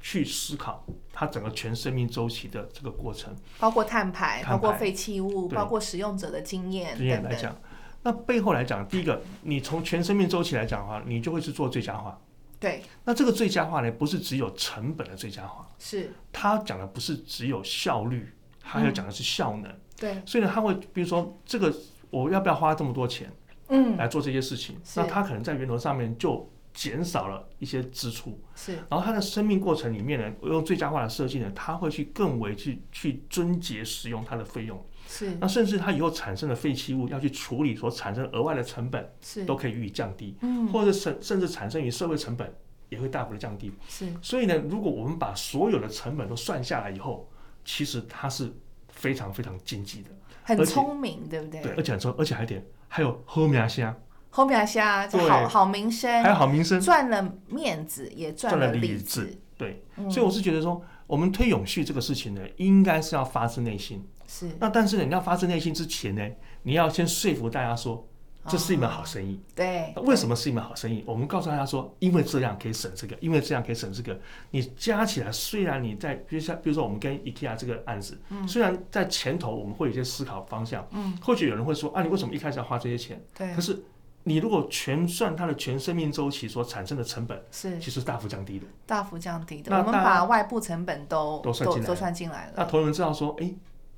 S3: 去思考它整个全生命周期的这个过程。
S2: 包括碳排，
S3: 碳
S2: 包括
S3: 排
S2: 废弃物，
S3: 对
S2: 包括使用者的经验
S3: 经验
S2: 等
S3: 来
S2: 等。
S3: 讲，那背后来讲，第一个，你从全生命周期来讲的话，你就会去做最佳化。
S2: 对，
S3: 那这个最佳化呢，不是只有成本的最佳化，
S2: 是，
S3: 它讲的不是只有效率，它还有讲的是效能。
S2: 对，
S3: 所以呢，它会比如说这个我要不要花这么多钱？
S2: 嗯，
S3: 来做这些事情，
S2: 是
S3: 那他可能在源头上面就减少了一些支出，
S2: 是
S3: 然后他的生命过程里面呢，用最佳化的设计呢，他会去更为去去遵节使用它的费用，
S2: 是
S3: 那甚至它以后产生的废弃物要去处理所产生额外的成本
S2: 是
S3: 都可以予以降低，
S2: 嗯
S3: 或者甚甚至产生于社会成本也会大幅的降低。
S2: 是
S3: 所以呢，如果我们把所有的成本都算下来以后，其实它是非常非常经济的，
S2: 很
S3: 而且
S2: 聪明，对不对？
S3: 对，而且很重要，而且还有点还有喝米亚虾，
S2: 后面下就
S3: 对
S2: 好好名
S3: 还有
S2: 声，
S3: 好名声。
S2: 赚了面子也赚
S3: 赚了
S2: 了
S3: 里
S2: 里
S3: 子
S2: 子，
S3: 对，
S2: 嗯
S3: 所以我是觉得说，我们推永续这个事情呢，应该是要发自内心。
S2: 是
S3: 那但是呢，你要发自内心之前呢，你要先说服大家说，这是一门好生意。
S2: 啊哎对
S3: 那为什么是一门好生意？我们告诉大家说，因为这样可以省这个，因为这样可以省这个。你加起来，虽然你在，比如像比如说我们跟 IKEA 这个案子，虽然在前头我们会有一些思考方向，
S2: 嗯，
S3: 或许有人会说啊，你为什么一开始要花这些钱？
S2: 对
S3: 可是你如果全算它的全生命周期所产生的成本，
S2: 是
S3: 其实大幅降低的。
S2: 大幅降低的。
S3: 那
S2: 我们
S3: 大
S2: 把外部成本都
S3: 都算进来了啊
S2: 都算进来
S3: 那
S2: 了，
S3: 同仁们知道说，哎，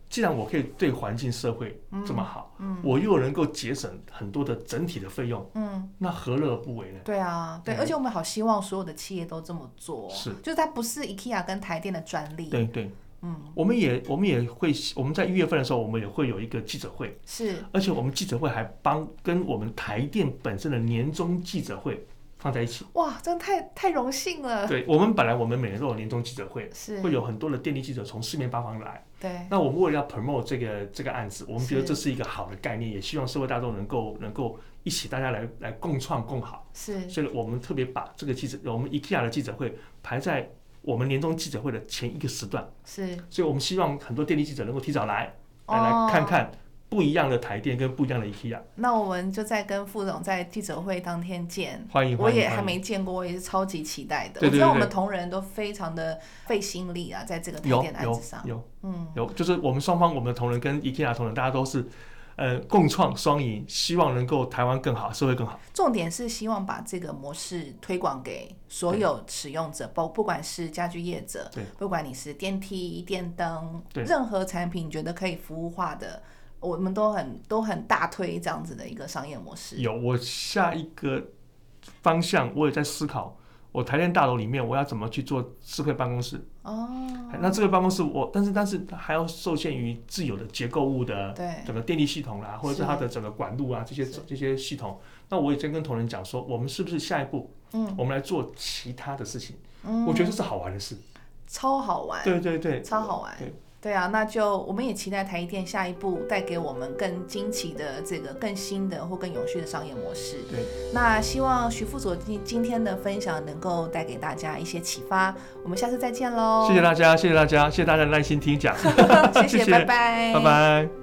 S3: 既然我可以对环境、社会
S2: 嗯
S3: 这么好，我又能够节省很多的整体的费用，
S2: 嗯，
S3: 那何乐而不为呢？
S2: 对啊，对，
S3: 嗯
S2: 而且我们好希望所有的企业都这么做，
S3: 是
S2: 就是它不是 IKEA 跟台电的专利，
S3: 对对，
S2: 嗯，
S3: 我们也我们也会，我们在一月份的时候，我们也会有一个记者会，
S2: 是
S3: 而且我们记者会还帮跟我们台电本身的年终记者会放在一起。
S2: 哇，真的太太荣幸了，
S3: 对我们本来我们每年都有年终记者会，
S2: 呃是，
S3: 会有很多的电力记者从四面八方来。
S2: 对，
S3: 那我们为了要 promote 这个这个案子，我们觉得
S2: 是
S3: 这是一个好的概念，也希望社会大众能够能够一起大家来来共创共好。
S2: 是
S3: 所以我们特别把这个记者，我们 IKEA 的记者会排在我们年终记者会的前一个时段，
S2: 是，
S3: 所以我们希望很多电力记者能够提早来，来
S2: 哦
S3: 来看看不一样的台电跟不一样的 IKEA。
S2: 那我们就在跟副总在记者会当天见。
S3: 欢迎，
S2: 我
S3: 欢迎
S2: 也还。
S3: 欢迎
S2: 没见过，我也是超级期待的。
S3: 对
S2: 我知
S3: 对
S2: 道我
S3: 对
S2: 们同仁都非常的费心力啊，在这个台
S3: 有
S2: 电案
S3: 有
S2: 子上，
S3: 有
S2: 嗯，
S3: 有，就是我们双方，我们的同仁跟 IKEA 同仁，大家都是，呃，共创双赢，希望能够台湾更好，社会更好。
S2: 重点是希望把这个模式推广给所有使用者，包不管是家居业者
S3: 对，
S2: 不管你是电梯、电灯，
S3: 对
S2: 任何产品你觉得可以服务化的，我们都很都很大推这样子的一个商业模式。
S3: 有，我下一个方向我也在思考，我台电大楼里面我要怎么去做智慧办公室。哎
S2: 哦，
S3: 那智慧办公室我，但是但是还要受限于自有的结构物的
S2: 对，
S3: 整个电力系统啦，或者是
S2: 是
S3: 它的整个管路啊这些
S2: 是
S3: 这些系统。那我也在跟同仁讲说，我们是不是下一步，
S2: 嗯，
S3: 我们来做其他的事情？
S2: 嗯哎
S3: 我觉得这是好玩的事。
S2: 超好玩，
S3: 对对对，
S2: 超好玩
S3: 对。
S2: 对啊，那就我们也期待台积电下一步带给我们更惊奇的这个更新的或更有序的商业模式。
S3: 对，
S2: 那希望徐副总今今天的分享能够带给大家一些启发。我们下次再见喽！
S3: 谢谢大家，谢谢大家，谢谢大家的耐心听讲，
S2: 家，谢
S3: 谢
S2: 谢，
S3: 谢
S2: 拜拜，
S3: 拜。拜。